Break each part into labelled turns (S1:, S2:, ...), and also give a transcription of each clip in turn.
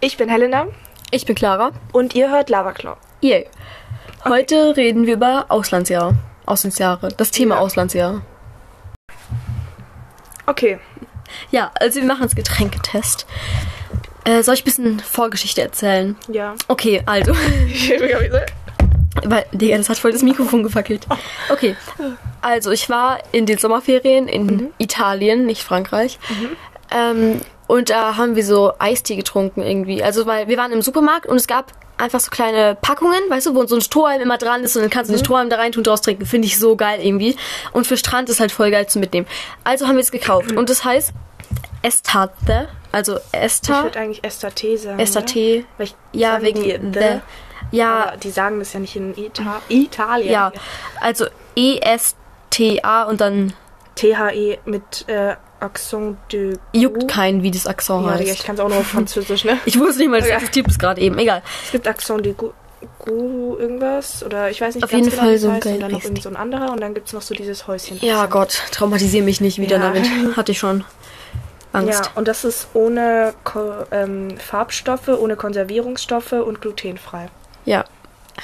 S1: Ich bin Helena
S2: Ich bin Clara.
S1: und ihr hört Lavaclaw.
S2: Yay. Heute reden wir über Auslandsjahr. Auslandsjahre. Das Thema Auslandsjahr.
S1: Okay,
S2: Ja, also wir machen jetzt Getränketest. Äh, soll ich ein bisschen Vorgeschichte erzählen?
S1: ja.
S2: Okay, also.
S1: Ich bin gar nicht so-
S2: Weil, Digga, das hat voll das Mikrofon gefackelt. Okay. Also, ich war in den Sommerferien in
S1: Mhm.
S2: Italien, nicht Frankreich. Ähm, und da haben wir so Eistee getrunken irgendwie. Also, weil wir waren im Supermarkt und es gab einfach so kleine Packungen, weißt du, wo so ein Strohhalm immer dran ist und dann
S1: Mhm.
S2: kannst du den Strohhalm da reintun und draus trinken. Finde ich so geil irgendwie. Und für Strand ist halt voll geil zu mitnehmen. Also haben wir es gekauft. Und das heißt Estate, also
S1: Ich
S2: Esta,
S1: würde eigentlich Esther T sagen.
S2: Esta
S1: oder?
S2: T.
S1: Weil ich
S2: Ja,
S1: sagen
S2: wegen
S1: die
S2: the.
S1: the.
S2: Ja,
S1: Aber die sagen das ja nicht in Ita Italien.
S2: Ja, also E-S-T-A und dann
S1: THE mit äh, Accent de.
S2: juckt kein, wie das Akzent
S1: Ja, Digga, ich
S2: heißt.
S1: kann es auch noch auf Französisch, ne?
S2: Ich wusste nicht mal, dass
S1: Okay.
S2: das existiert bis gerade eben. Egal.
S1: Es gibt Accent de Gu- Guru irgendwas oder ich weiß nicht
S2: Auf
S1: ganz
S2: jeden
S1: genau,
S2: Fall
S1: wie es
S2: so ein
S1: heißt. Und
S2: geiler
S1: dann noch irgend
S2: Eistee.
S1: so ein anderer und dann gibt es noch so dieses Häuschen.
S2: Ja, Gott, traumatisiere mich nicht wieder
S1: Ja.
S2: damit. Hatte ich schon
S1: Ja,
S2: Angst.
S1: und das ist ohne Ko ähm, Farbstoffe, ohne Konservierungsstoffe und glutenfrei.
S2: Ja.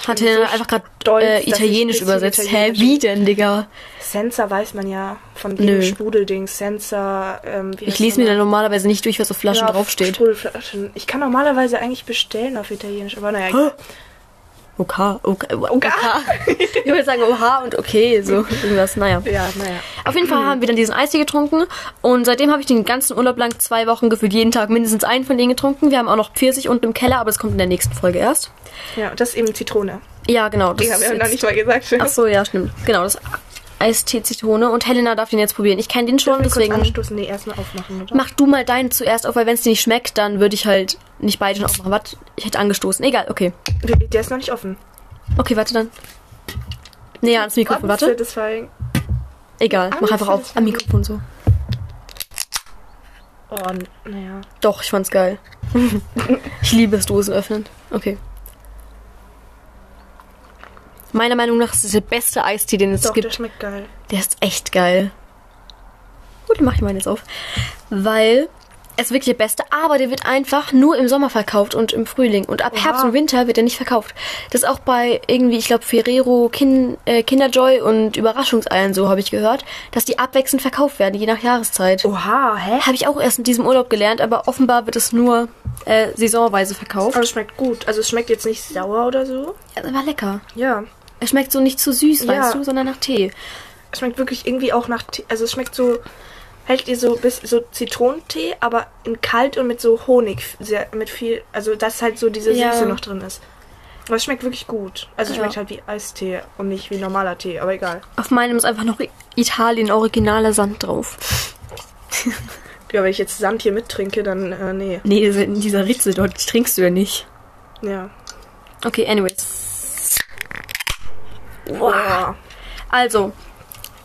S2: Hat
S1: bin so
S2: er einfach
S1: stolz, dass
S2: gerade äh,
S1: ich
S2: Italienisch
S1: bisschen
S2: übersetzt.
S1: Italienisch-
S2: Hä, wie denn, Digga?
S1: Sensa weiß man ja von jedem
S2: Nö.
S1: Sprudelding. Sensa, ähm, wie
S2: Ich
S1: heißt
S2: lese mir
S1: nochmal?
S2: da normalerweise nicht durch, was auf Flaschen
S1: Ja,
S2: draufsteht.
S1: Sprudelflaschen. Ich kann normalerweise eigentlich bestellen auf Italienisch, aber naja. Oh egal.
S2: Oka, okay,
S1: Okay.
S2: okay. Ich würde sagen, oha und okay, so irgendwas, naja.
S1: Ja, naja.
S2: Auf jeden Fall haben wir dann diesen Eistee getrunken und seitdem habe ich den ganzen Urlaub lang zwei Wochen gefühlt jeden Tag mindestens einen von denen getrunken. Wir haben auch noch Pfirsich unten im Keller, aber das kommt in der nächsten Folge erst.
S1: Ja, das ist eben Zitrone.
S2: Ja, genau. Das
S1: Digga, wir haben
S2: ist
S1: noch nicht mal gesagt.
S2: Ach so, ja, stimmt. Genau, das Eistee Zitrone und Helena darf den jetzt probieren. Ich kenne den schon,
S1: Dürfen wir kurz
S2: deswegen
S1: anstoßen? Nee, erstmal aufmachen, oder?
S2: mach du mal deinen zuerst auf, weil wenn es dir nicht schmeckt, dann würde ich halt nicht beide schon aufmachen. Warte, ich hätte angestoßen. Egal, okay.
S1: Der ist noch nicht offen.
S2: Okay, warte dann. Näher ans Mikrofon, warte.
S1: Oh, Satisfying.
S2: Egal, mach einfach
S1: Satisfying.
S2: auf. Am Mikrofon so.
S1: Oh, naja.
S2: Doch, ich fand's geil. ich liebe es, Dosen öffnen. Okay. Meiner Meinung nach ist es der beste Eistee, den es
S1: Doch, der
S2: gibt.
S1: schmeckt geil.
S2: Der ist echt geil. Gut, dann mach ich meinen jetzt auf. Weil es ist wirklich der beste, aber der wird einfach nur im Sommer verkauft und im Frühling. Und ab Herbst und Winter wird er nicht verkauft. Das ist auch bei irgendwie, ich glaube, Ferrero, Kin äh, Kinderjoy und Überraschungseiern, so habe ich gehört, dass die abwechselnd verkauft werden, je nach Jahreszeit.
S1: Oha, hä?
S2: Habe ich auch erst in diesem Urlaub gelernt, aber offenbar wird es nur äh, saisonweise verkauft.
S1: Aber es Oh, schmeckt gut. Also es schmeckt jetzt nicht sauer oder so.
S2: Es war lecker.
S1: Ja.
S2: Es schmeckt so nicht zu süß,
S1: Ja.
S2: weißt du, sondern nach Tee.
S1: Es schmeckt wirklich irgendwie auch nach Tee. Also es schmeckt so, hält ihr so bis so Zitronentee, aber in kalt und mit so Honig f- sehr, mit viel, also dass halt so diese
S2: Ja.
S1: Süße noch drin ist. Aber es schmeckt wirklich gut. Also es
S2: Ja.
S1: schmeckt halt wie Eistee und nicht wie normaler Tee, aber egal.
S2: Auf meinem ist einfach noch Italien originaler Sand drauf.
S1: Ja, wenn ich jetzt Sand hier mittrinke, dann äh, nee.
S2: Nee, das ist in dieser Ritze dort trinkst du ja nicht.
S1: Ja.
S2: Okay, anyways.
S1: Wow.
S2: Also,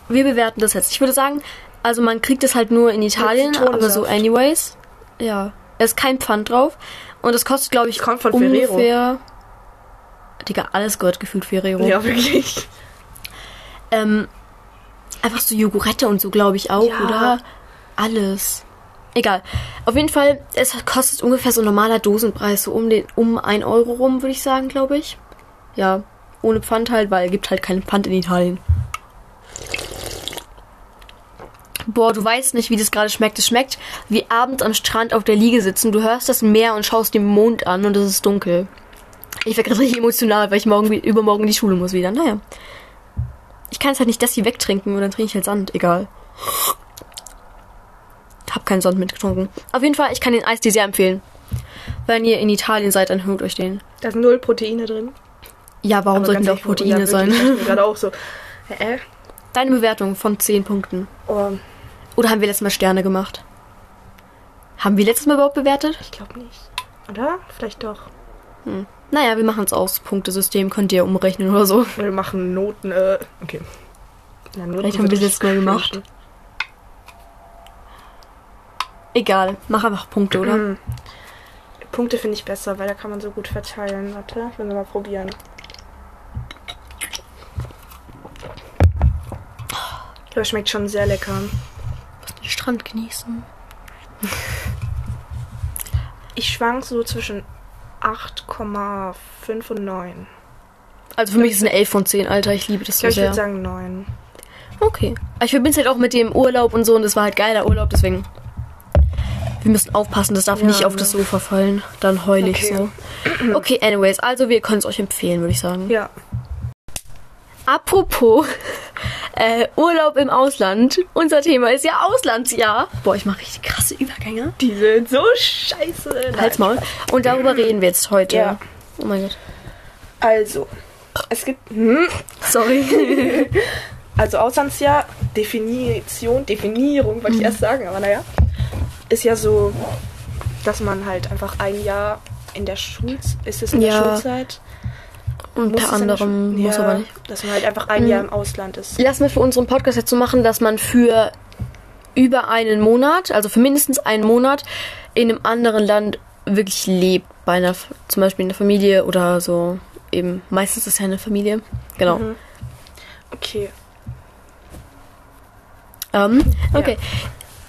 S2: wir bewerten das jetzt. Ich würde sagen, also man kriegt es halt nur in Italien, aber so
S1: Zitronensaft.
S2: anyways. Ja. Es ist kein Pfand drauf. Und es kostet, glaube ich,
S1: Kommt von
S2: ungefähr...
S1: Ferrero.
S2: Digga, alles gehört gefühlt Ferrero.
S1: Ja, wirklich.
S2: Ähm, einfach so Jogurette und so, glaube ich, auch,
S1: Ja.
S2: oder? Alles. Egal. Auf jeden Fall, es kostet ungefähr so ein normaler Dosenpreis, so um den um 1 Euro rum, würde ich sagen, glaube ich. Ja, ohne Pfand halt, weil gibt halt keinen Pfand in Italien. Boah, du weißt nicht, wie das gerade schmeckt. Es schmeckt wie abends am Strand auf der Liege sitzen. Du hörst das Meer und schaust den Mond an und es ist dunkel. Ich werde gerade richtig emotional, weil ich morgen, wie- übermorgen in die Schule muss wieder. Naja. Ich kann es halt nicht das hier wegtrinken und dann trinke ich halt Sand. Egal. Hab keinen Sand mitgetrunken. Auf jeden Fall, ich kann den Eistee sehr empfehlen. Wenn ihr in Italien seid, dann holt euch den.
S1: Da sind null Proteine drin.
S2: Ja, warum sollten da auch Proteine sein?
S1: Gerade auch so. Hä?
S2: Deine Bewertung von 10 Punkten.
S1: Oh,
S2: Oder haben wir letztes Mal Sterne gemacht? Haben wir letztes Mal überhaupt bewertet?
S1: ich glaube nicht. Oder? Vielleicht doch.
S2: Naja, wir machen es aus. Punktesystem könnt ihr umrechnen oder so.
S1: Wir machen Noten, äh, okay. Ja, Noten
S2: Vielleicht haben wir
S1: wird
S2: das letzte Mal gemacht. Egal, mach einfach Punkte, oder?
S1: Mhm. Punkte finde ich besser, weil da kann man so gut verteilen. Warte, ich will nur mal probieren. Das schmeckt schon sehr lecker.
S2: Den Strand genießen.
S1: ich schwank so zwischen 8,5 und 9.
S2: Also für mich ist eine 11 von 10, Alter. Ich liebe das
S1: Ich
S2: so
S1: glaube, ich würde
S2: sehr.
S1: sagen 9.
S2: Okay. Aber ich verbinde es halt auch mit dem Urlaub und so und das war halt geiler Urlaub, deswegen. Wir müssen aufpassen, das darf
S1: Ja,
S2: nicht auf
S1: ne.
S2: das Sofa fallen. Dann heul ich
S1: Okay.
S2: so. Okay, anyways, also wir können es euch empfehlen, würde ich sagen.
S1: Ja.
S2: Apropos äh, Urlaub im Ausland. Unser Thema ist ja Auslandsjahr. Boah, ich mache richtig krasse Übergänge.
S1: Die sind so scheiße.
S2: Halt's Maul. Und darüber reden wir jetzt heute.
S1: Ja.
S2: Oh mein Gott.
S1: Also, es gibt. Hm,
S2: Sorry.
S1: also, Auslandsjahr, Definition, Definierung,
S2: Mhm.
S1: wollte ich erst sagen, aber naja. Ist ja so, dass man halt einfach ein Jahr in der Schul ist es in
S2: Ja.
S1: der Schulzeit. Muss
S2: Unter
S1: es in der
S2: anderem
S1: Schul-
S2: muss
S1: ja,
S2: aber nicht. Mhm.
S1: Dass man halt einfach ein Jahr im Ausland ist.
S2: Lass mir für unseren Podcast jetzt so machen, dass man für über einen Monat, also für mindestens einen Monat, in einem anderen Land wirklich lebt. Bei einer, F- zum Beispiel in der Familie oder so. Eben, meistens ist es ja eine Familie. Genau.
S1: Okay.
S2: Ähm, okay.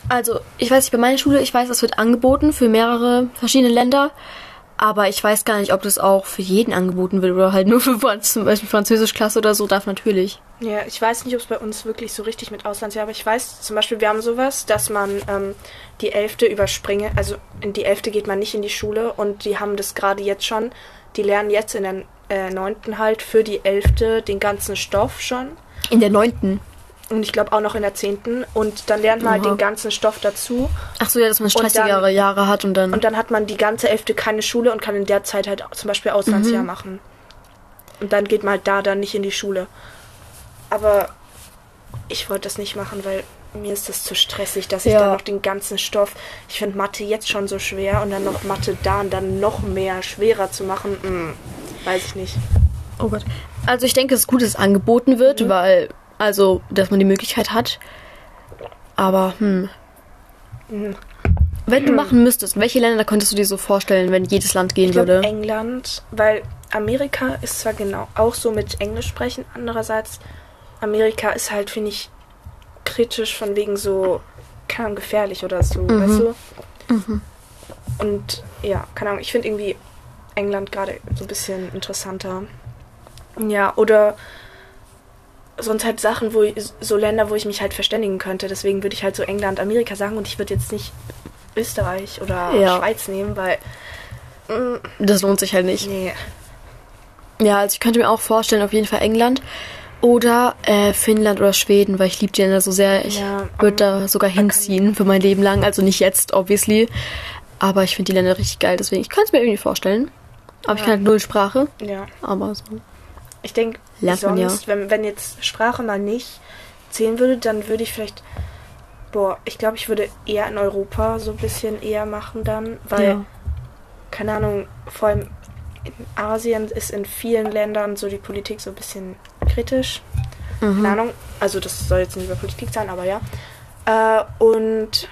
S2: Also, ich weiß nicht, bei meiner Schule, ich weiß, es wird angeboten für mehrere verschiedene Länder. Aber ich weiß gar nicht, ob das auch für jeden angeboten wird oder halt nur für Franz, zum Beispiel Französischklasse oder so darf natürlich.
S1: Ja, ich weiß nicht, ob es bei uns wirklich so richtig mit Auslandsjahr, aber ich weiß zum Beispiel, wir haben sowas, dass man ähm, die Elfte überspringe, also in die Elfte geht man nicht in die Schule und die haben das gerade jetzt schon, die lernen jetzt in der äh, Neunten halt für die Elfte den ganzen Stoff schon
S2: In der neunten.
S1: und ich glaube auch noch in der Zehnten und dann lernt man halt
S2: Oha.
S1: den ganzen Stoff dazu
S2: Ach so, ja, dass man stressigere
S1: dann-
S2: Jahre hat und dann.
S1: und dann hat man die ganze Elfte keine Schule und kann in der Zeit halt zum Beispiel
S2: Mhm.
S1: Auslandsjahr machen. Und dann geht man halt da dann nicht in die Schule. Aber ich wollte das nicht machen, weil mir ist das zu stressig, dass ich
S2: Ja.
S1: dann noch den ganzen Stoff. Ich finde Mathe jetzt schon so schwer und dann noch Mathe da und dann noch mehr schwerer zu machen. mm, weiß ich nicht.
S2: oh Gott. Also, ich denke, es ist gut, dass es angeboten wird,
S1: Mhm.
S2: weil, also, dass man die Möglichkeit hat. Aber, hm. Wenn du machen müsstest, welche Länder könntest du dir so vorstellen, wenn jedes Land gehen
S1: Mhm. Ich glaube
S2: würde?
S1: England, weil Amerika ist zwar genau auch so mit Englisch sprechen, andererseits Amerika ist halt, finde ich, kritisch von wegen so, keine Ahnung, gefährlich oder so, weißt du? Und ja, keine Ahnung, ich finde irgendwie England gerade so ein bisschen interessanter. Ja, oder sonst halt Sachen, wo ich, so Länder, wo ich mich halt verständigen könnte. Deswegen würde ich halt so England, Amerika sagen und ich würde jetzt nicht Österreich oder
S2: Ja.
S1: Schweiz nehmen, weil
S2: Das lohnt sich halt nicht.
S1: nee.
S2: Ja, also ich könnte mir auch vorstellen, auf jeden Fall England oder äh, Finnland oder Schweden, weil ich liebe die Länder so sehr. Ich
S1: Ja,
S2: würde da sogar hinziehen für mein Leben lang. Also nicht jetzt, obviously. Aber ich finde die Länder richtig geil, deswegen ich könnte es mir irgendwie vorstellen. Aber ich kann halt null Sprache.
S1: Ja.
S2: Aber so.
S1: Ich denke,
S2: Lernt man ja.
S1: sonst, wenn, wenn jetzt Sprache mal nicht zählen würde, dann würde ich vielleicht. Boah, ich glaube, ich würde eher in Europa so ein bisschen eher machen dann, weil,
S2: Ja.
S1: keine Ahnung, vor allem in Asien ist in vielen Ländern so die Politik so ein bisschen kritisch. Keine Ahnung. Also das soll jetzt nicht über Politik sein, aber ja. Äh, und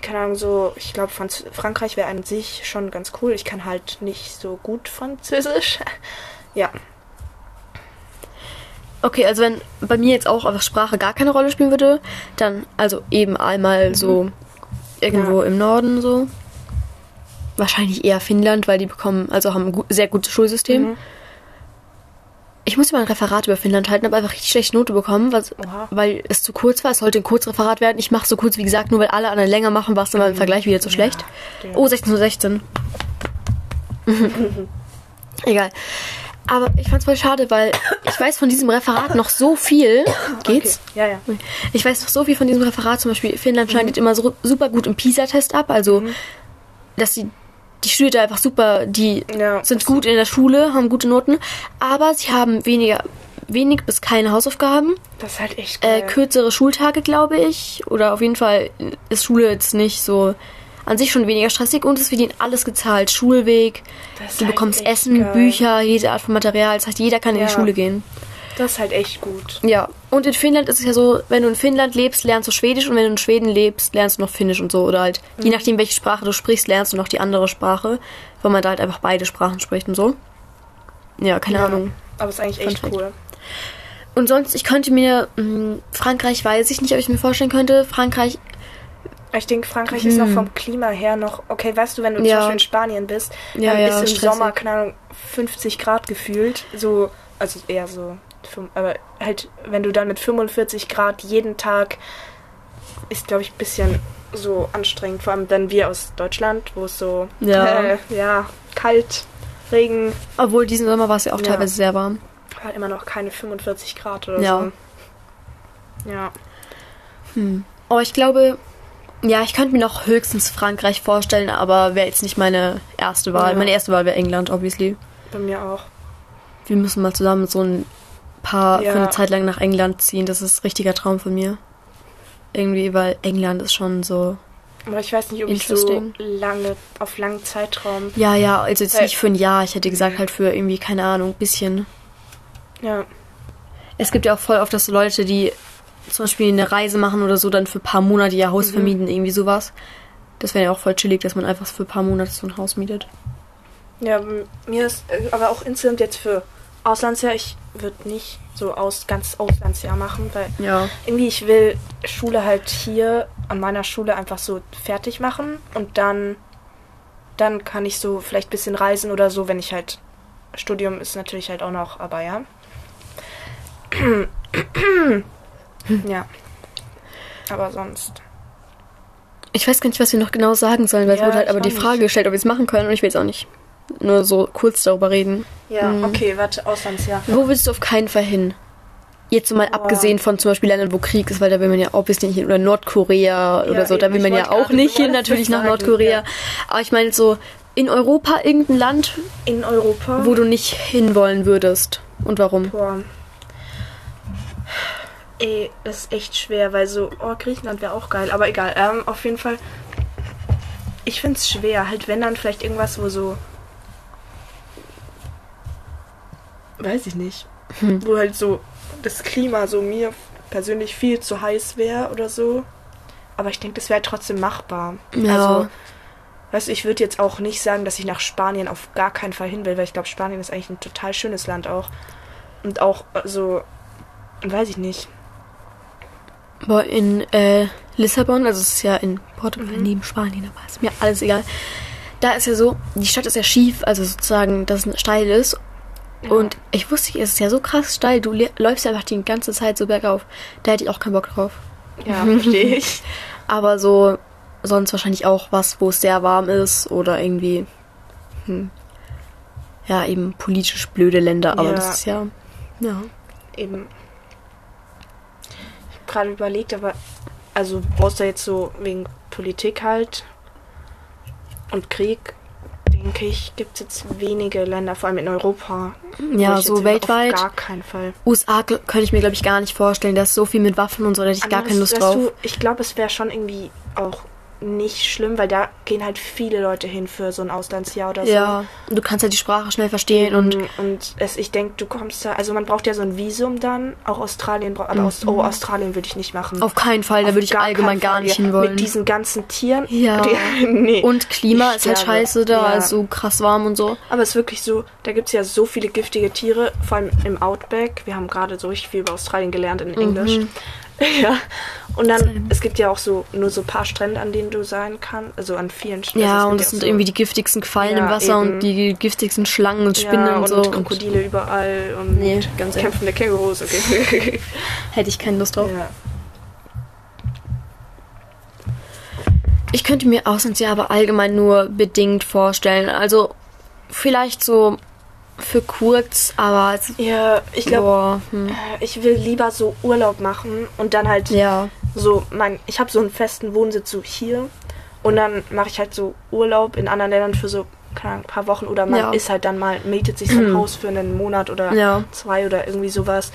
S1: keine Ahnung, so, ich glaube, Franz Frankreich wäre an sich schon ganz cool. Ich kann halt nicht so gut Französisch. ja.
S2: Okay, also wenn bei mir jetzt auch einfach Sprache gar keine Rolle spielen würde, dann also eben einmal so
S1: Mhm.
S2: irgendwo im Norden so. Wahrscheinlich eher Finnland, weil die bekommen, also haben ein gu sehr gutes Schulsystem.
S1: Mhm.
S2: Ich musste mal ein Referat über Finnland halten, habe einfach richtig schlechte Note bekommen, was,
S1: Oha.
S2: weil es zu kurz war. Es sollte ein Kurzreferat werden. Ich mache so kurz, wie gesagt, nur weil alle anderen länger machen, war es dann mal im Vergleich wieder zu schlecht.
S1: Mhm. stimmt.
S2: Oh, 16 zu 16. Egal. Aber ich fand's voll schade, weil ich weiß von diesem Referat noch so viel. Geht's?
S1: Okay. Ja, ja.
S2: Ich weiß noch so viel von diesem Referat. Zum Beispiel, Finnland schneidet
S1: Mhm.
S2: immer so, super gut im PISA-Test ab. Also, dass die, die Schüler da einfach super, die
S1: Ja.
S2: sind gut in der Schule, haben gute Noten. Aber sie haben weniger, wenig bis keine Hausaufgaben.
S1: Das ist halt echt
S2: Äh,
S1: geil.
S2: kürzere Schultage, glaube ich. Oder auf jeden Fall ist Schule jetzt nicht so an sich schon weniger stressig und es wird ihnen alles gezahlt. Schulweg,
S1: Das ist
S2: du
S1: halt
S2: bekommst
S1: echt
S2: Essen,
S1: geil.
S2: Bücher, jede Art von Material. Das heißt, jeder kann in
S1: Ja.
S2: die Schule gehen.
S1: Das ist halt echt gut.
S2: Ja. Und in Finnland ist es ja so, wenn du in Finnland lebst, lernst du Schwedisch und wenn du in Schweden lebst, lernst du noch Finnisch und so. Oder halt, je nachdem, welche Sprache du sprichst, lernst du noch die andere Sprache, weil man da halt einfach beide Sprachen spricht und so. Ja, keine Ahnung.
S1: Aber es ist eigentlich echt
S2: Fun Fact.
S1: cool.
S2: mm, Und sonst, ich könnte mir, mh, Frankreich weiß ich nicht, ob ich mir vorstellen könnte. Frankreich
S1: Ich denke, Frankreich ist auch vom Klima her noch, okay, weißt du, wenn du
S2: Hm. Ja.
S1: zum Beispiel in Spanien bist, dann
S2: Ja, ja,
S1: ist im
S2: stressig.
S1: Sommer, keine Ahnung, 50 Grad gefühlt. So, also eher so, fün- aber halt, wenn du dann mit 45 Grad jeden Tag, ist, glaube ich, ein bisschen so anstrengend. Vor allem dann wir aus Deutschland, wo es so,
S2: Ja.
S1: äh, ja, kalt, Regen,
S2: Obwohl diesen Sommer war es ja auch
S1: Ja.
S2: teilweise sehr warm.
S1: halt immer noch keine 45 Grad oder
S2: Ja.
S1: so. Ja.
S2: Oh, ich glaube, ja, ich könnte mir noch höchstens Frankreich vorstellen, aber wäre jetzt nicht meine erste Wahl.
S1: Ja.
S2: Meine erste Wahl wäre England, obviously.
S1: Bei mir auch.
S2: Wir müssen mal zusammen so ein paar
S1: Ja.
S2: für eine Zeit lang nach England ziehen. Das ist ein richtiger Traum von mir. Irgendwie, weil England ist schon so.
S1: Aber ich weiß nicht, ob ich so
S2: Interesting.
S1: lange, auf langen Zeitraum.
S2: Ja, ja, also jetzt
S1: Weil-
S2: nicht für ein Jahr. Ich hätte
S1: Mhm.
S2: gesagt, halt für irgendwie, keine Ahnung, ein bisschen.
S1: Ja.
S2: Es gibt ja auch voll oft, dass so Leute, die zum Beispiel eine Reise machen oder so, dann für ein paar Monate ihr
S1: Mhm.
S2: Haus vermieten, irgendwie sowas. Das wäre ja auch voll chillig, dass man einfach für ein paar Monate so ein Haus mietet.
S1: Ja, m- mir ist äh, aber auch insgesamt jetzt für Auslandsjahr, ich würde nicht so aus ganz Auslandsjahr machen, weil
S2: Ja.
S1: irgendwie ich will Schule halt hier an meiner Schule einfach so fertig machen und dann dann kann ich so vielleicht ein bisschen reisen oder so, wenn ich halt Studium ist natürlich halt auch noch, aber ja. ja. Aber sonst.
S2: Ich weiß gar nicht, was wir noch genau sagen sollen, weil es
S1: Ja,
S2: wurde halt
S1: ich
S2: aber die
S1: auch
S2: Frage
S1: nicht.
S2: gestellt, ob wir es machen können und ich will jetzt auch nicht nur so kurz darüber reden.
S1: Ja, okay, warte, Auslandsjahr.
S2: Wo willst du auf keinen Fall hin? Jetzt so mal abgesehen von zum Beispiel Ländern, wo Krieg ist, weil da will man ja obviously nicht hin. Oder Nordkorea oder
S1: Ja,
S2: so, da
S1: eben,
S2: will
S1: ich
S2: man ja
S1: wollte
S2: auch
S1: gerade-
S2: nicht
S1: du
S2: hin,
S1: wolltest
S2: natürlich
S1: das
S2: nach
S1: sagen,
S2: Nordkorea.
S1: ja.
S2: Aber ich meine jetzt so, in Europa irgendein Land,
S1: In Europa.
S2: wo du nicht hinwollen würdest. Und warum?
S1: Boah. Ey, das ist echt schwer, weil so, oh, Griechenland wäre auch geil, aber egal. Ähm, auf jeden Fall, ich find's schwer. Halt, wenn dann vielleicht irgendwas, wo so. Weiß ich nicht. Wo halt so das Klima so mir persönlich viel zu heiß wäre oder so. Aber ich denke, das wäre halt trotzdem machbar.
S2: Ja.
S1: Also, weißt du, ich würde jetzt auch nicht sagen, dass ich nach Spanien auf gar keinen Fall hin will, weil ich glaube, Spanien ist eigentlich ein total schönes Land auch. Und auch äh, so, weiß ich nicht.
S2: Boah, in äh, Lissabon, also es ist ja in Portugal
S1: Mhm.
S2: neben Spanien, aber ist mir alles egal. Da ist ja so, die Stadt ist ja schief, also sozusagen, dass es steil ist. Und ich wusste, nicht, es ist ja so krass steil, du le- läufst ja einfach die ganze Zeit so bergauf. Da hätte ich auch keinen Bock drauf.
S1: Ja, verstehe ich.
S2: Aber so, sonst wahrscheinlich auch was, wo es sehr warm ist oder irgendwie, hm, ja, eben politisch blöde Länder, aber
S1: Ja.
S2: das ist ja, ja.
S1: Eben. Ich habe gerade überlegt, aber also außer jetzt so wegen Politik halt und Krieg, denke ich, gibt es jetzt wenige Länder, vor allem in Europa. wo
S2: Ja,
S1: ich
S2: so
S1: jetzt
S2: weltweit.
S1: Auf gar keinen Fall.
S2: USA gl- könnte ich mir, glaube ich, gar nicht vorstellen. Da ist so viel mit Waffen und so, da hätte ich gar
S1: Anderes,
S2: keine Lust
S1: weißt
S2: drauf.
S1: Du, ich glaube, es wäre schon irgendwie auch nicht schlimm, weil da gehen halt viele Leute hin für so ein Auslandsjahr oder so.
S2: ja, und du kannst halt die Sprache schnell verstehen und
S1: Und, und es, ich denke, du kommst da, also man braucht ja so ein Visum dann, auch Australien, bra- aber aus, oh, Australien würde ich nicht machen.
S2: Mhm. auf keinen Fall, da
S1: Auf
S2: würde ich
S1: gar
S2: allgemein
S1: keinen Fall,
S2: gar nicht
S1: ja.
S2: hinwollen.
S1: Mit diesen ganzen Tieren?
S2: Ja.
S1: Die, nee.
S2: und Klima
S1: Ich
S2: ist halt
S1: sterbe.
S2: scheiße da,
S1: Ja.
S2: also krass warm und so.
S1: Aber es ist wirklich so, da gibt es ja so viele giftige Tiere, vor allem im Outback. Wir haben gerade so richtig viel über Australien gelernt
S2: Mhm.
S1: in Englisch. Ja. Und dann, es gibt ja auch so nur so ein paar Strände, an denen du sein kannst. Also an vielen Stränden. Also
S2: Ja,
S1: es
S2: und
S1: gibt
S2: es sind
S1: so-
S2: irgendwie die giftigsten Quallen
S1: Ja,
S2: im Wasser
S1: eben.
S2: und die giftigsten Schlangen und Spinnen
S1: ja,
S2: und
S1: und
S2: so. Und
S1: Krokodile überall und
S2: Nee, ganz ehrlich.
S1: kämpfende Kängurus. Okay.
S2: hätte ich keine Lust drauf.
S1: ja.
S2: Ich könnte mir Auslandsjahr aber allgemein nur bedingt vorstellen. Also vielleicht so für kurz, aber es,
S1: ja, ich äh, glaube,
S2: boah, hm.
S1: ich will lieber so Urlaub machen und dann halt
S2: ja.
S1: so mein, ich habe so einen festen Wohnsitz so hier und dann mache ich halt so Urlaub in anderen Ländern für so keine Ahnung, ein paar Wochen oder man
S2: Ja. Mhm.
S1: ist halt dann mal, mietet sich sein Haus für einen Monat oder
S2: Ja.
S1: zwei oder irgendwie sowas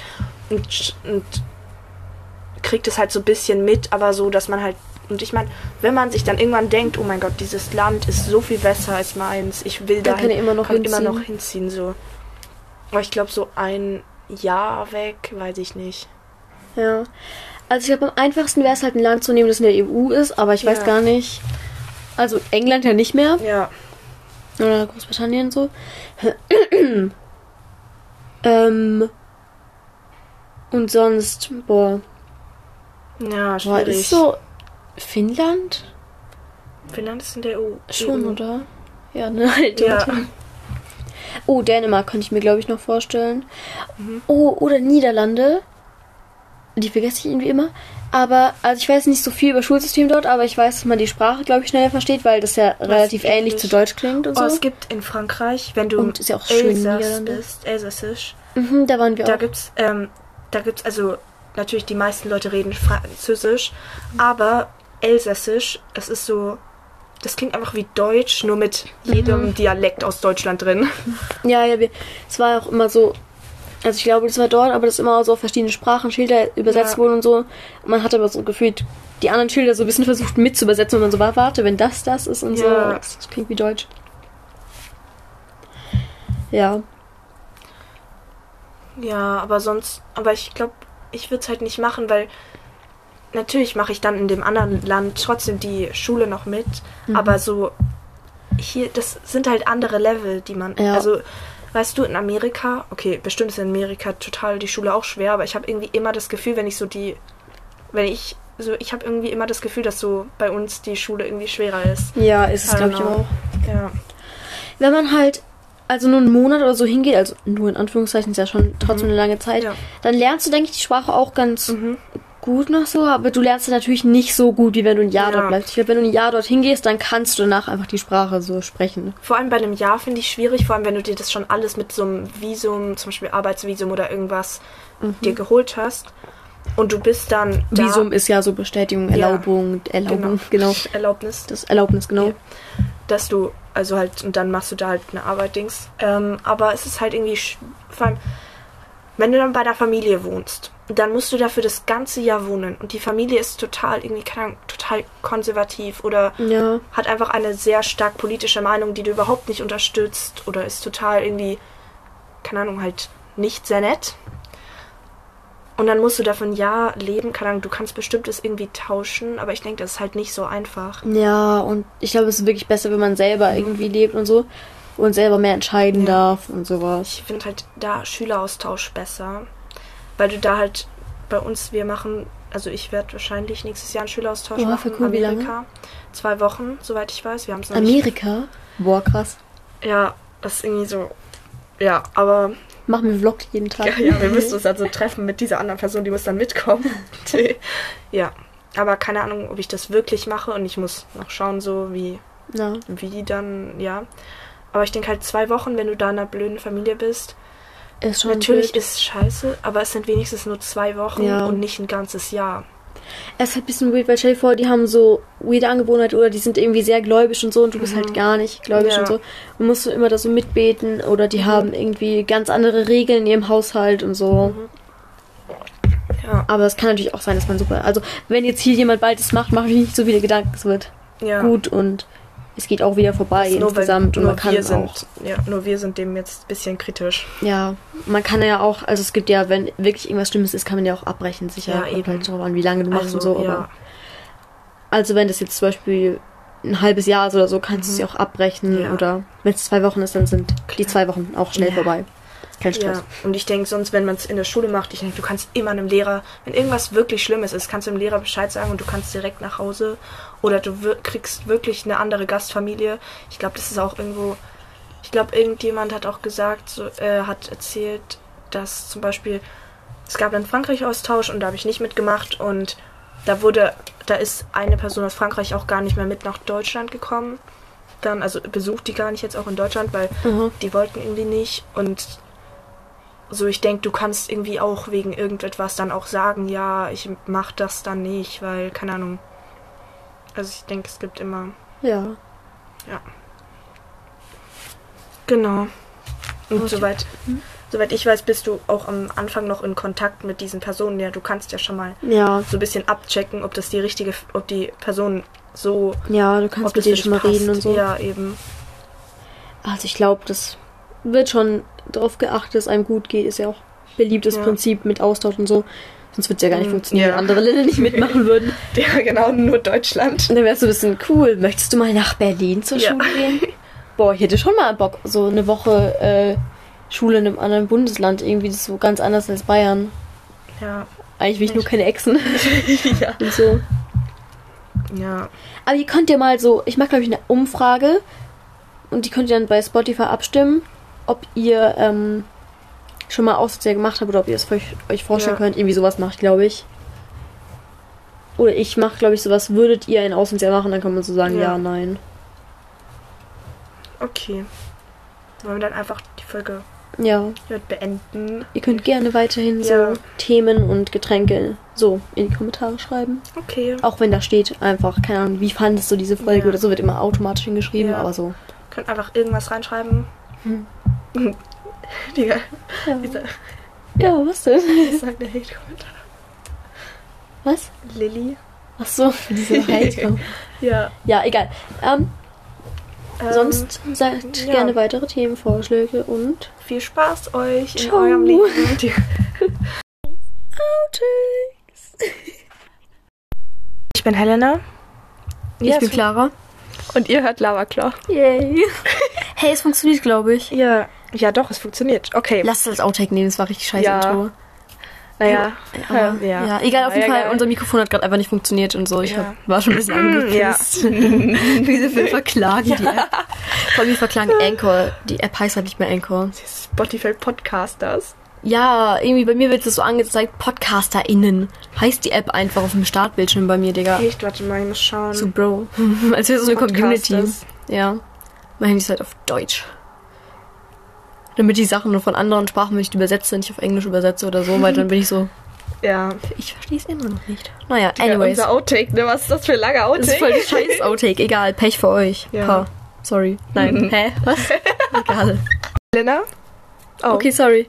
S1: und, sch- und kriegt es halt so ein bisschen mit, aber so, dass man halt und ich meine, wenn man sich dann irgendwann denkt, oh mein Gott, dieses Land ist so viel besser als meins, ich will da
S2: Dann kann er immer noch
S1: kann immer
S2: hinziehen.
S1: noch hinziehen so. Aber ich glaube so ein Jahr weg, weiß ich nicht.
S2: Ja. Also ich glaube, am einfachsten wäre es halt ein Land zu nehmen, das in der EU ist, aber ich weiß
S1: Ja.
S2: gar nicht. Also England ja nicht mehr.
S1: Ja,
S2: Oder Großbritannien so. ähm. Und sonst, boah,
S1: ja,
S2: boah
S1: schwierig.
S2: ist so Finnland?
S1: Finnland ist in der EU.
S2: Schon,
S1: EU.
S2: oder? Ja, ne? Halt
S1: Ja.
S2: dort. Oh, Dänemark könnte ich mir, glaube ich, noch vorstellen.
S1: Mhm.
S2: Oh, oder Niederlande. Die vergesse ich irgendwie immer. Aber, also ich weiß nicht so viel über Schulsystem dort, aber ich weiß, dass man die Sprache, glaube ich, schneller versteht, weil das ja relativ ähnlich
S1: ähnlich.
S2: zu Deutsch klingt und
S1: Oh,
S2: so.
S1: es gibt in Frankreich, wenn du
S2: Und ist ja auch schön,
S1: Elsass
S2: Niederlande.
S1: bist, Elsassisch,
S2: Mhm, da waren wir
S1: da
S2: auch.
S1: gibt's, ähm, da gibt's also natürlich die meisten Leute reden Französisch, aber Elsassisch, das ist so, das klingt einfach wie Deutsch, nur mit
S2: Mhm.
S1: jedem Dialekt aus Deutschland drin.
S2: Ja, ja, wir, es war auch immer so, also ich glaube, das war dort, aber das immer so auf verschiedene Sprachen Schilder übersetzt
S1: Ja.
S2: wurden und so. Man hat aber so gefühlt die anderen Schilder so ein bisschen versucht mit zu übersetzen und man so war, warte, wenn das das ist und so.
S1: Ja.
S2: Das, das klingt wie Deutsch. Ja.
S1: Ja, aber sonst, aber ich glaube, ich würde es halt nicht machen, weil natürlich mache ich dann in dem anderen Land trotzdem die Schule noch mit,
S2: Mhm.
S1: aber so hier, das sind halt andere Level, die man,
S2: Ja.
S1: also weißt du, in Amerika, okay, bestimmt ist in Amerika total die Schule auch schwer, aber ich habe irgendwie immer das Gefühl, wenn ich so die, wenn ich so, ich habe irgendwie immer das Gefühl, dass so bei uns die Schule irgendwie schwerer ist.
S2: Ja, ist es,
S1: I
S2: glaube
S1: don't
S2: ich,
S1: know.
S2: auch.
S1: Ja.
S2: Wenn man halt also nur einen Monat oder so hingeht, also nur in Anführungszeichen ist ja schon trotzdem eine lange Zeit,
S1: Mhm. Ja. Mhm.
S2: dann lernst du, denke ich, die Sprache auch ganz gut noch so, aber du lernst sie natürlich nicht so gut, wie wenn du ein Jahr
S1: Ja.
S2: dort bleibst. Ich glaube, wenn du ein Jahr dort hingehst, dann kannst du danach einfach die Sprache so sprechen.
S1: Vor allem bei einem Jahr finde ich schwierig, vor allem wenn du dir das schon alles mit so einem Visum, zum Beispiel Arbeitsvisum oder irgendwas, dir geholt hast und du bist dann da,
S2: Mhm. Visum ist ja so Bestätigung,
S1: Ja.
S2: Erlaubung, Erlaubung, genau.
S1: Erlaubnis,
S2: Das Erlaubnis, genau.
S1: dass du, also halt, und dann machst du da halt eine Arbeit, Dings. Ähm, aber es ist halt irgendwie, sch- vor allem, wenn du dann bei der Familie wohnst, dann musst du dafür das ganze Jahr wohnen und die Familie ist total, irgendwie, keine Ahnung, total konservativ oder
S2: Ja.
S1: hat einfach eine sehr stark politische Meinung, die du überhaupt nicht unterstützt oder ist total irgendwie, keine Ahnung, halt nicht sehr nett. Und dann musst du davon ja leben, keine Ahnung, du kannst bestimmtes irgendwie tauschen, aber ich denke, das ist halt nicht so einfach.
S2: Ja, und ich glaube, es ist wirklich besser, wenn man selber irgendwie lebt und so und selber mehr entscheiden
S1: Mhm. Ja.
S2: darf und sowas.
S1: Ich finde halt da Schüleraustausch besser, weil du da halt bei uns, wir machen, also ich werde wahrscheinlich nächstes Jahr einen Schüleraustausch
S2: Boah,
S1: machen
S2: voll cool, wie lange?
S1: Zwei Wochen, soweit ich weiß. Wir haben es noch nicht-
S2: Amerika? Boah, krass.
S1: Ja, das ist irgendwie so. Ja, aber
S2: Machen wir Vlog jeden Tag.
S1: Ja, ja, wir müssen uns dann so treffen mit dieser anderen Person, die muss dann mitkommen. ja, aber keine Ahnung, ob ich das wirklich mache und ich muss noch schauen, so wie,
S2: Ja.
S1: wie dann, ja. Aber ich denke halt zwei Wochen, wenn du da in einer blöden Familie bist.
S2: Ist schon
S1: Natürlich
S2: wild.
S1: ist es scheiße, aber es sind wenigstens nur zwei Wochen
S2: Ja.
S1: und nicht ein ganzes Jahr.
S2: Es ist halt ein bisschen weird, weil stell dir vor, die haben so weirde Angewohnheiten oder die sind irgendwie sehr gläubig und so und du bist halt gar nicht gläubig
S1: Mhm. Ja. Mhm.
S2: und so. Und musst du immer da so mitbeten oder die haben irgendwie ganz andere Regeln in ihrem Haushalt und so.
S1: Mhm. Ja,
S2: Aber es kann natürlich auch sein, dass man super. Also, wenn jetzt hier jemand bald das macht, mach ich nicht so viele Gedanken. Es wird
S1: ja.
S2: gut und es geht auch wieder vorbei
S1: Nur weil-
S2: insgesamt und
S1: nur
S2: man kann
S1: wir
S2: es
S1: sind,
S2: auch.
S1: Ja, nur wir sind dem jetzt ein bisschen kritisch.
S2: Ja, man kann ja auch, also es gibt ja, wenn wirklich irgendwas Schlimmes ist, kann man ja auch abbrechen, sicher.
S1: Ja,
S2: Kommt
S1: eben.
S2: Halt drauf an, wie lange du machst
S1: Also,
S2: und so. Aber
S1: ja.
S2: Also wenn das jetzt zum Beispiel ein halbes Jahr ist oder so, kannst du sie auch abbrechen.
S1: Ja.
S2: Oder wenn es zwei Wochen ist, dann sind die zwei Wochen auch schnell
S1: Ja.
S2: vorbei. Kein Stress.
S1: Ja, und ich denke sonst, wenn man es in der Schule macht, ich denke, du kannst immer einem Lehrer, wenn irgendwas wirklich Schlimmes ist, kannst du dem Lehrer Bescheid sagen und du kannst direkt nach Hause oder du wir kriegst wirklich eine andere Gastfamilie. Ich glaube, das ist auch irgendwo, ich glaube, irgendjemand hat auch gesagt, so, äh, hat erzählt, dass zum Beispiel, es gab einen Frankreich-Austausch und da habe ich nicht mitgemacht und da wurde, da ist eine Person aus Frankreich auch gar nicht mehr mit nach Deutschland gekommen. Dann, also besucht die gar nicht jetzt auch in Deutschland, weil
S2: Mhm.
S1: die wollten irgendwie nicht und so, ich denke, du kannst irgendwie auch wegen irgendetwas dann auch sagen, ja, ich mach das dann nicht, weil, keine Ahnung. Also ich denke, es gibt immer.
S2: Ja.
S1: Genau. Und
S2: Okay. Hm?
S1: soweit, soweit ich weiß, bist du auch am Anfang noch in Kontakt mit diesen Personen. Ja, du kannst ja schon mal
S2: Ja.
S1: so ein bisschen abchecken, ob das die richtige, ob die Person so,
S2: Ja, du kannst
S1: ob
S2: mit
S1: das
S2: denen
S1: für
S2: schon mal
S1: dich passt.
S2: reden und so.
S1: Ja, eben.
S2: Also ich glaube, das wird schon darauf geachtet, dass einem gut geht. Ist ja auch beliebtes
S1: Ja.
S2: Prinzip mit Austausch und so. Sonst würde es ja gar nicht
S1: Mhm.
S2: funktionieren,
S1: Ja.
S2: wenn andere Länder nicht mitmachen würden.
S1: Ja, genau, nur Deutschland.
S2: Und dann wärst du ein bisschen cool. Möchtest du mal nach Berlin zur
S1: Ja.
S2: Schule gehen? Boah, ich hätte schon mal Bock, so eine Woche äh, Schule in einem anderen Bundesland. Irgendwie das ist so ganz anders als Bayern.
S1: Ja.
S2: Eigentlich will ich nur keine Echsen. Und so.
S1: Ja.
S2: Aber ihr könnt ja mal so, ich mache glaube ich eine Umfrage und die könnt ihr dann bei Spotify abstimmen, ob ihr ähm, schon mal Ausflugstier gemacht habt oder ob ihr es euch, euch vorstellen
S1: Ja.
S2: könnt, irgendwie sowas macht, glaube ich. Oder ich mache, glaube ich, sowas. Würdet ihr ein Auslandsjahr machen, dann kann man so sagen, ja,
S1: Ja.
S2: nein.
S1: Okay. Wollen wir dann einfach die Folge
S2: Ja,
S1: hier beenden?
S2: ihr könnt gerne weiterhin
S1: Ja.
S2: so Themen und Getränke so in die Kommentare schreiben.
S1: Okay.
S2: Auch wenn da steht einfach, keine Ahnung, wie fandest du diese Folge
S1: Ja.
S2: oder so, wird immer automatisch hingeschrieben,
S1: Ja.
S2: aber so.
S1: Könnt einfach irgendwas reinschreiben.
S2: Hm.
S1: Digga,
S2: Ja,
S1: dieser
S2: ja was denn?
S1: ist halt der Hate-Kommentar.
S2: Was?
S1: Lilly.
S2: Ach so, diese Heizung.
S1: Ja.
S2: Ja, egal. Ähm,
S1: ähm,
S2: sonst sagt
S1: ja.
S2: gerne weitere Themenvorschläge und
S1: Viel Spaß euch in
S2: Ciao.
S1: eurem Leben. Ich bin Helena. Ja, so-
S2: Clara.
S1: Und ihr hört Lava Claw.
S2: Yay. hey, es funktioniert, glaube ich.
S1: Ja. Ja, doch, es funktioniert. Okay.
S2: Lass das als Outtake nehmen, das war richtig scheiße
S1: Ja.
S2: Intro.
S1: naja.
S2: Aber, ja.
S1: ja.
S2: egal, auf
S1: Ja,
S2: jeden Fall,
S1: egal.
S2: unser Mikrofon hat gerade einfach nicht funktioniert und so. Ich
S1: Ja.
S2: hab, war schon ein bisschen angepisst. Diese Film verklagen die App. Vor allem, wir verklagen Anchor. Die App heißt halt nicht mehr Anchor.
S1: Spotify Podcasters.
S2: Ja, irgendwie bei mir wird es so angezeigt, PodcasterInnen. Heißt die App einfach auf dem Startbildschirm bei mir, Digga.
S1: Echt, warte mal, ich muss schauen.
S2: So, Bro. Als wäre so eine Community.
S1: Podcasters.
S2: Ja. Mein Handy ist halt auf Deutsch. Damit die Sachen nur von anderen Sprachen, wenn ich die übersetze, nicht auf Englisch übersetze oder so, weil dann bin ich so,
S1: Ja.
S2: ich verstehe es immer noch nicht. Naja,
S1: Ja,
S2: anyways.
S1: Unser Outtake, ne? Was ist das für ein langer
S2: Das
S1: Outtake?
S2: ist voll die scheiß Outtake. Egal, Pech für euch.
S1: Ja.
S2: Pa. Sorry. Nein. Hä? Was? Egal.
S1: Helena? Oh.
S2: Okay, sorry.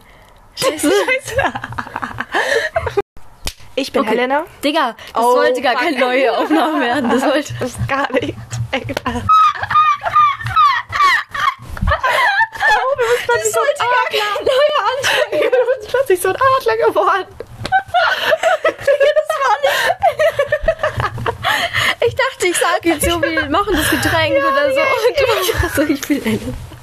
S1: Ich bin
S2: Okay.
S1: Helena.
S2: Digga, das
S1: Oh,
S2: sollte gar
S1: fuck.
S2: keine neue Aufnahme werden. Das sollte.
S1: Das ist gar nicht. Egal. Oh,
S2: Das sollte gar keine neue Anfang.
S1: Du bist plötzlich so ein Adler geworden.
S2: Ich dachte, ich sag jetzt so, wir machen das Getränk oder so. Und du warst so, ich bin Ellen.